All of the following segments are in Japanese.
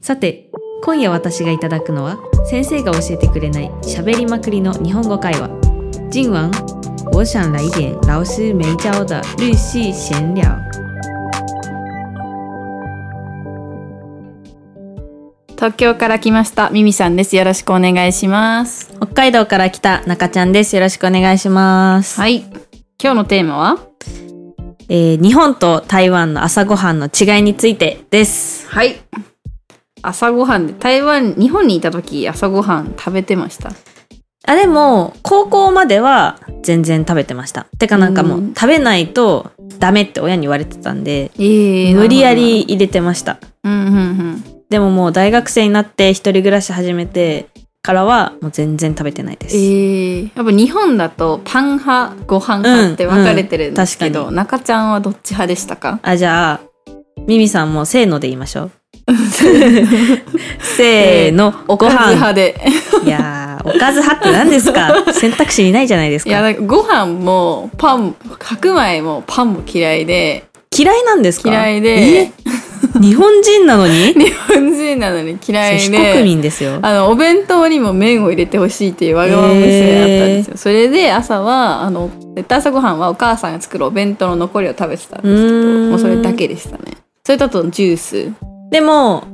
さて今夜私がいただくのは先生が教えてくれない喋りまくりの日本語会話今晚我想来一点老师没教的日系闲聊東京から来ましたミミさんですよろしくお願いします北海道から来た中ちゃんです。よろしくお願いします。はい今日のテーマはえー日本と台湾の朝ごはんの違いについてです。はい朝ごはんで台湾日本にいた時朝ごはん食べてましたあ、でも、高校までは全然食べてました。てかなんかもう、うん食べないとダメって親に言われてたんで、え無理やり入れてました。うんうんうんでももう大学生になって一人暮らし始めてからは、もう全然食べてないでえす。ー、やっぱ日本だとパン派ご飯派って分かれてるんですけうんど、う中ちゃんはどっち派でしたかあ、じゃあ、ミミさんもせーので言いまし ょう。せーの、おごご飯飯派 でいやー、おかず派って何です か選択肢にないじゃないですいやか。なんかご飯もパン白米もパンも嫌いで嫌いなんですか嫌いでえ日本人なの に日本人なのに嫌いでそう非国民ですよ。あのお弁当にも麺を入れてほしいっていうわがまま娘だったんですよ、それで朝はあの絶対朝ごはんはお母さんが作るお弁当の残りを食べてたんうですーん。もうそれだ。けでしたねそれとあとジュースでも、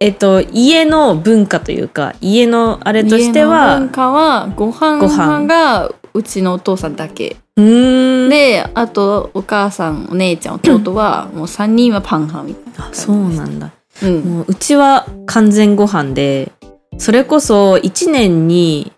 えっと、家の文化というか、家のあれとして家の文は、化はご飯ご飯がうちのお父さんだけうーん。であとお母さんお姉ちゃん弟はもう3人はパン派みたいなあそうなんだ。うんもううちは完全ご飯で、それこそ1年に、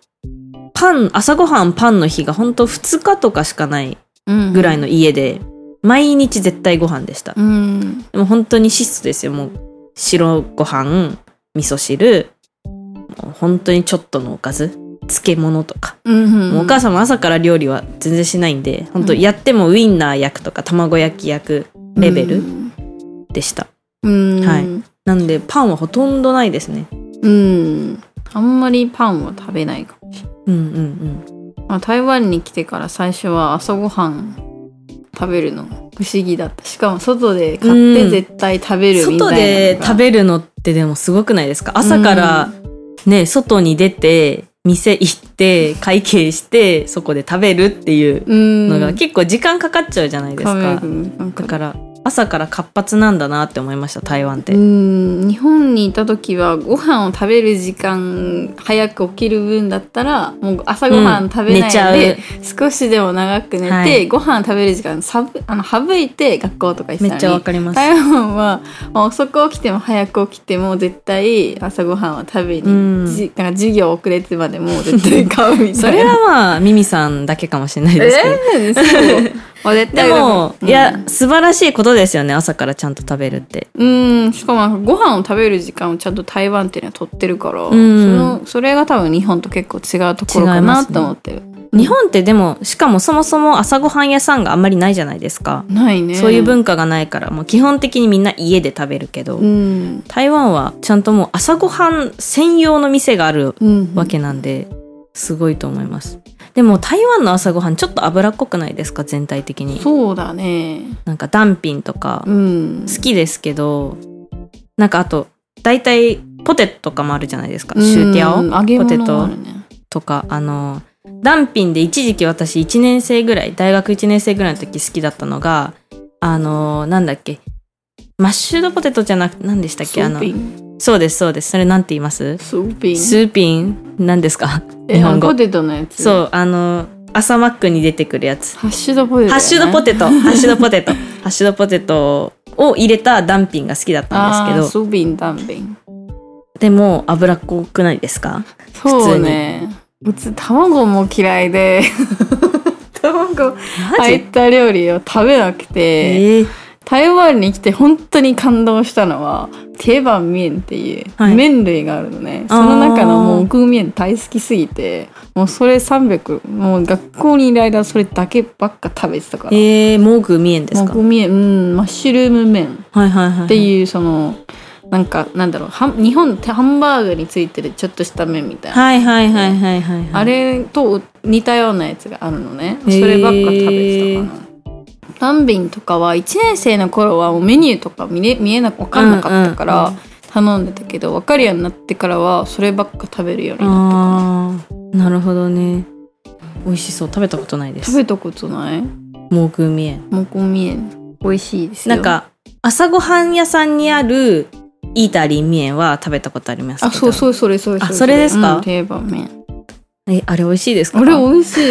パン、朝ごはんパンの日がほんと2日とかしかないうんぐらいの家で、毎日絶対ご飯でしたう。んでも本当に質素ですよ。もう白ご飯、味噌汁、もう本当にちょっとのおかず、漬物とか。うんうもうおん母さんも朝から料理は全然しないんで、本当うんやってもウインナー焼くとか卵焼き焼くレベうルんでした。うんはいなんでパンはほとんどないですね。うんあんまりパンは食べないかもうんうんまあ、台湾に来てから最初は朝ごはん食べるの不思議だったしかも外で買っうてん絶対食べうん。るみたいなの外がで食べるのってでもすごくないですか朝からね、外に出て、店行って、会計して、そこで食べるっていううんのが結構時間かかっちゃうじゃないですか。食べるなんかだから朝から活発なんだなって思いました台湾って、うん日本にいた時はご飯を食べる時間早く起きる分だったらもう朝ごはん食べうんな寝いちゃうで、少しでも長く寝て、はいご飯食べる時間さぶあの省いて学校とか行ってめたっちゃのわにかります台湾は、まあ、遅く起きても早く起きても絶対朝ごはんは食べに、うんじなんか授業遅れてまでも絶対買うみたいな。それはまあミミさんだけかもしれないですけど、えーそうまあ絶で対も、うんいや素晴らしいことですよね朝からちゃんと食べるってうんしかもなんかご飯を食べる時間をちゃんと台湾っていうのは取ってるから、んそのそれが多分日本と結構違うところか違いまなすねと思ってる、日本ってでもしかもそもそも朝ごはん屋さんがあんまりないじゃないですか、ないねそういう文化がないからもう基本的にみんな家で食べるけど、うん、台湾はちゃんともう朝ごはん専用の店があるうん、わけなんで、すごいと思いますでも台湾の朝ごはんちょっと脂っこくないですか全体的にそうだねなんかダンピンとかうん好きですけど、なんかあと大体ポテトとかもあるじゃないですか、シューティアうん揚げオポテ物もあトるねとかあのダンピンで一時期私1年生ぐらい大学1年生ぐらいの時好きだったのがあのなんだっけマッシュドポテトじゃなく何でしたっスけあのーピンそうですそうですそれなんて言いますスーピンスーピン何ですかえ日本語ポテトのやつそうあの朝マックに出てくるやつハッシュドポテトだよね、ハッシュドポテト、ハッシュドポテト、ハッシュドポテトを入れたダンピンが好きだったんあでーすけど、スーピンダンビンでも脂っこくないですかそうねうち卵も嫌いで 卵マ入ジった料理を食べなくて、えー台湾に来て本当に感動したのは定番麺っていうはい麺類があるのね、あーその中のもう具麺大好きすぎてもうそれ300もう学校にいる間それだけばっか食べてたからえー、モーグーミエンですもうか具麺うんマッシュルーム麺はいはいはい。っていうそのなんかなんだろうはん日本ってハンバーグについてるちょっとした麺みたいな、はいはいはいはいはいはい。あれと似たようなやつがあるのねそへーればっか食べてたかなダンビンとかは1年生の頃はもうメニューとか見,、ね、見えなく分かんなかったから、頼んでたけど分かるようになってからはそればっか食べるようになったかあーなるほどね美味しそう食べたことないでな食すべたことないモークミエンもこみえん美味しいですよなんか朝ごはん屋さんにあるイータリーミエンは食べたことありますけあどそうそうそれそれあそれですかうん定番麺えあれ美味しいですかあれ美味しい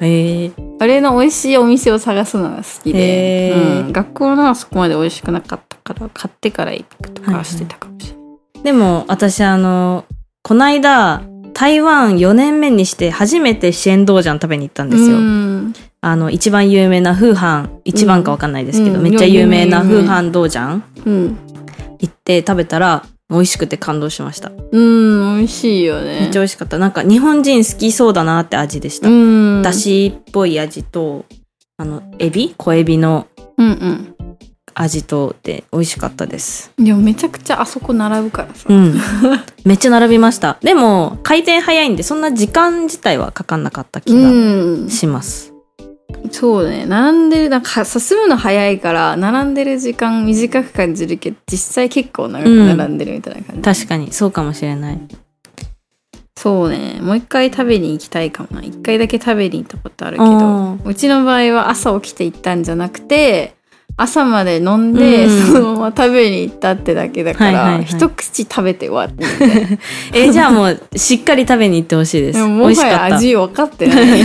へえあれの美味しいお店を探すのが好きで、へーうん、学校のはそこまで美味しくなかったから買ってから行くとかしてたかもしれない、でも私あのこないだ台湾4年目にして初めてシェンドージャン食べに行ったんですよ、うんあの一番有名なフーハン一番かわかんないですけど、うんめっちゃ有名な有名フ有名ーハンドージャンうん、行って食べたら美味しくて感動しました、うん、美味しいよめっねちゃ美味しかったなんか日本人好きそうだなって味でした、うんだしっぽい味とあのエビ小エビのうん味とで美味しかったですうんでもめちゃくちゃあそこ並ぶから さ、うん。めっちゃ並びました。でも、回転早いんで、そんな時間自体はかかんなかった気がうんします。そうね並んでるなんか進むの早いから並んでる時間短く感じるけど実際結構長く並んでるみたいな感じ、確かに、そうかもしれない。そうねもう一回食べに行きたいかもな一回だけ食べに行ったことあるけあどうちの場合は朝起きて行ったんじゃなくて朝まで飲んで、うんそのまま食べに行ったってだけだはから、いはいはい一口食べて終わってえ じゃあもう、しっかり食べに行ってほしいです。でも美もは味しやかった。味分かって ない、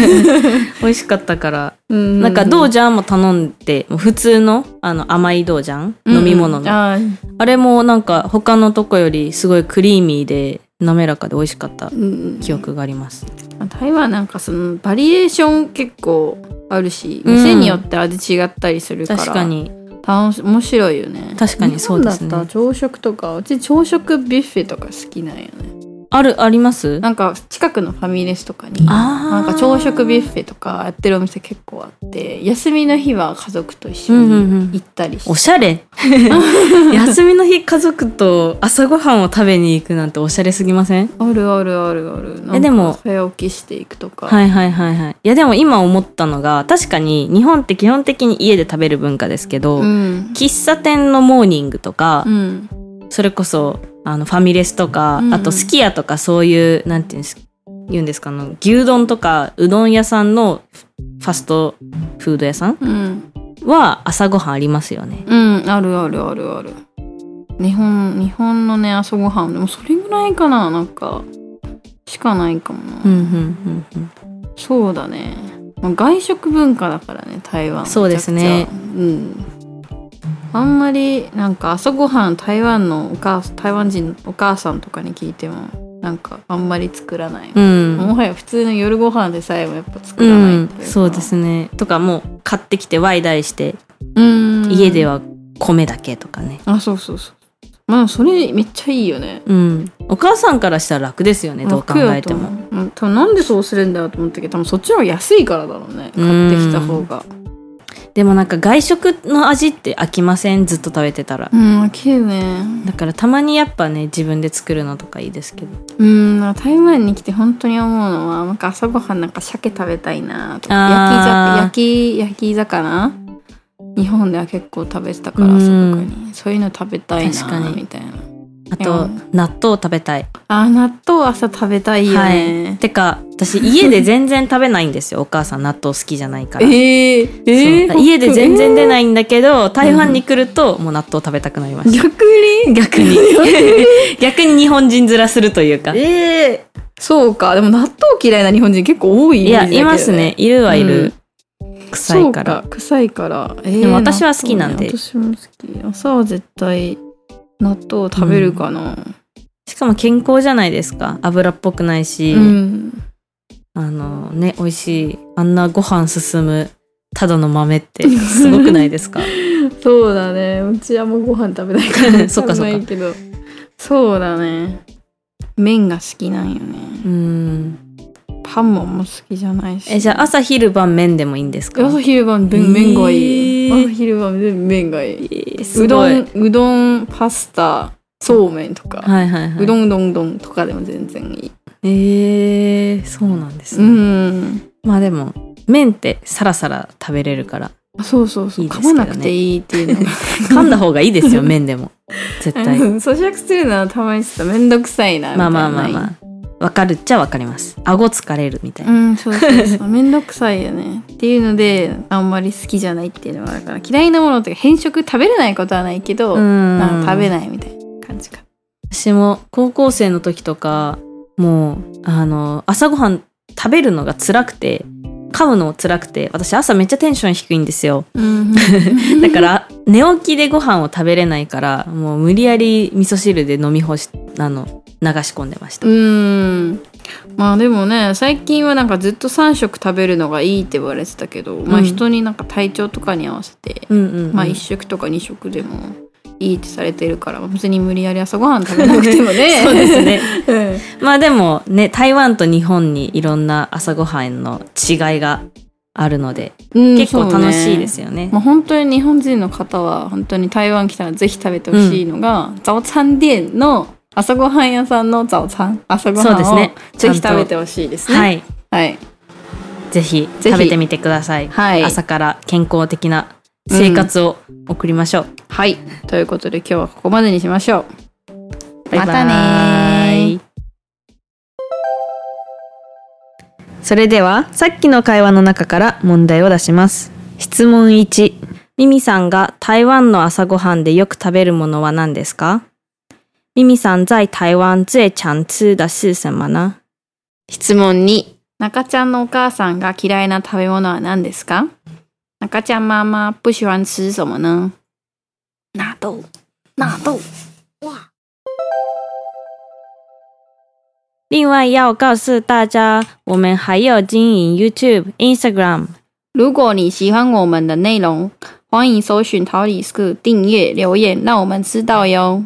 美味しかったから。うんなんか、ドージャンも頼んで、もう普通の、あの、甘いドージャン飲み物の。あーあれもなんか、他のとこよりすごいクリーミーで、滑らかで美味しかったうん記憶があります。台湾なんかそのバリエーション結構あるしうん店によって味違ったりするから、確かに。楽し面白いよね確かにそうですね日本だったら朝食とかうち朝食ビュッフェとか好きなんよねある、ありますなんか近くのファミレスとかにあーなんか朝食ビュッフェとかやってるお店結構あって休みの日は家族と一緒うんうんうんに行ったりして、おしゃ れ休みの日家族と朝ごはんを食べに行くなんておしゃれすぎませんあるあるあるあるなんかえでも早起きしていくとか、はいはいはいはい。いやでも今思ったのが確かに日本って基本的に家で食べる文化ですけど、うん喫茶店のモーニングとかう、んそれこそあのファミレスとか、うんうんあとすき家とかそういうなんていうんです言うんですかあの牛丼とかうどん屋さんのファストフード屋さんうんは朝ごはんありますよね。うんあるあるあるある日本日本のね朝ごはんでもそれぐらいかななんかしかないかもな、うんうんうんうん。そうだね、まあ外食文化だからね台湾そうですねめちゃくちゃうんあんまりなんか朝ごはん台湾のお母さん台湾人のお母さんとかに聞いてもなんかあんまり作らない、うん、もはや普通の夜ご飯でさえもやっぱ作うらないっんてい、かそうですねとかもう買ってきてワイダイして、うん家では米だけとかねあそうそうそうまあそれめっちゃいいよねうんお母さんからしたら楽ですよねどう考えても楽やと思う、うん、多分なんでそうするんだろうと思ったけど多分そっちの方が安いからだろうね買ってきた方がでもなんか外食の味って飽きませんずっと食べてたらうん飽きるねだからたまにやっぱね自分で作るのとかいいですけどうんまあ台湾に来て本当に思うのはなんか朝ごはんなんか鮭食べたいなとあーか焼きざ焼き焼き魚日本では結構食べてたかうらん朝とかにそういうの食べたい確かなにみたいなあとうん納豆食べたい、あー納豆朝食べたいよはいね、てか私家で全然食べないんです よお母さん納豆好きじゃないから、えー、そうえー、家で全然出いないんだけど台湾に来るともう納豆食べたくなりました逆に逆に逆に日本人面するというかええそうかでも納豆嫌いな日本人結構多いイいメーやジだけどいますねいるはいる、臭そいうから臭いから、えーでも私は好きなんで納豆ね私も好き朝は絶対納豆を食べるかなしかも健康じゃないですか油っぽくないし、うん、あのね美味しいあんなご飯進むただの豆ってすごくないです かそうだねうちはもうご飯食べないから そっかそっかわんないけどそうだね麺が好きなんよねうんパンもあんま好きじゃないしえじゃあ朝昼晩麺でもいいんですか朝昼晩全部麺がいい、えー朝昼晩全部麺がいいえーすうどごいんうどんパスタそうめんとか、はいはいはいうどんうどんうどんとかでも全然いいえー、そうなんですうね、んまあでも麺ってサラサラ食べれるからあそうそうそういいです噛けどまねなくていいっていうのが噛んだ方がいい ですよ、麺でも。絶対。うん 咀嚼するのはたまにちょっとめんどくさいなみたまいなあまあまあまあ。わかるっちゃわかります。顎疲れるみたいな。うんそうそうそうめんどくさいよねっていうのであんまり好きじゃないっていうのはだから嫌いなものというか偏食食べれないことはないけど、うんなんか食べないみたいな感じか私も高校生の時とか、もう、あの、朝ごはん食べるのが辛くて、噛むのも辛くて、私朝めっちゃテンション低いんですよ。うんだから、寝起きでご飯を食べれないから、もう無理やり味噌汁で飲み干し、あの、流し込んでました。うんまあでもね最近はなんかずっと3食食べるのがいいって言われてたけど、まあうん人になんか体調とかに合わせて、うんうん、うん。まあ1食とか2食でもいいってされてるから別に無理やり朝ごはん食べなくても ねそうですね。うんまあでもね、台湾と日本にいろんな朝ごはんの違いがあるので、うん結構楽しいでよすよね。まあ、本当に日本人の方は本当に台湾来たらぜひ食べてほしいのが、ザオツァン店の朝ごはん屋さんのザオツァン朝ごはそうですんをねぜひちゃんと食べてほしいですね。、はいい。はい、ぜひぜひ食べてみてください。はい朝から健康的な生活を送りましょう。はいということで今日はここまでにしましょう。バイバイまたねそれではさっきの会話の中から問題を出します質問1ミミさんが台湾の朝ごはんでよく食べるものは何ですかミミさん在台湾最常吃的是什么呢質問2中ちゃんのお母さんが嫌いな食べ物は何ですか中ちゃんママ不喜欢吃什么呢納豆納豆另外要告诉大家，我们还有经营 YouTube、Instagram。如果你喜欢我们的内容，欢迎搜寻桃李 school 订阅留言，让我们知道哟。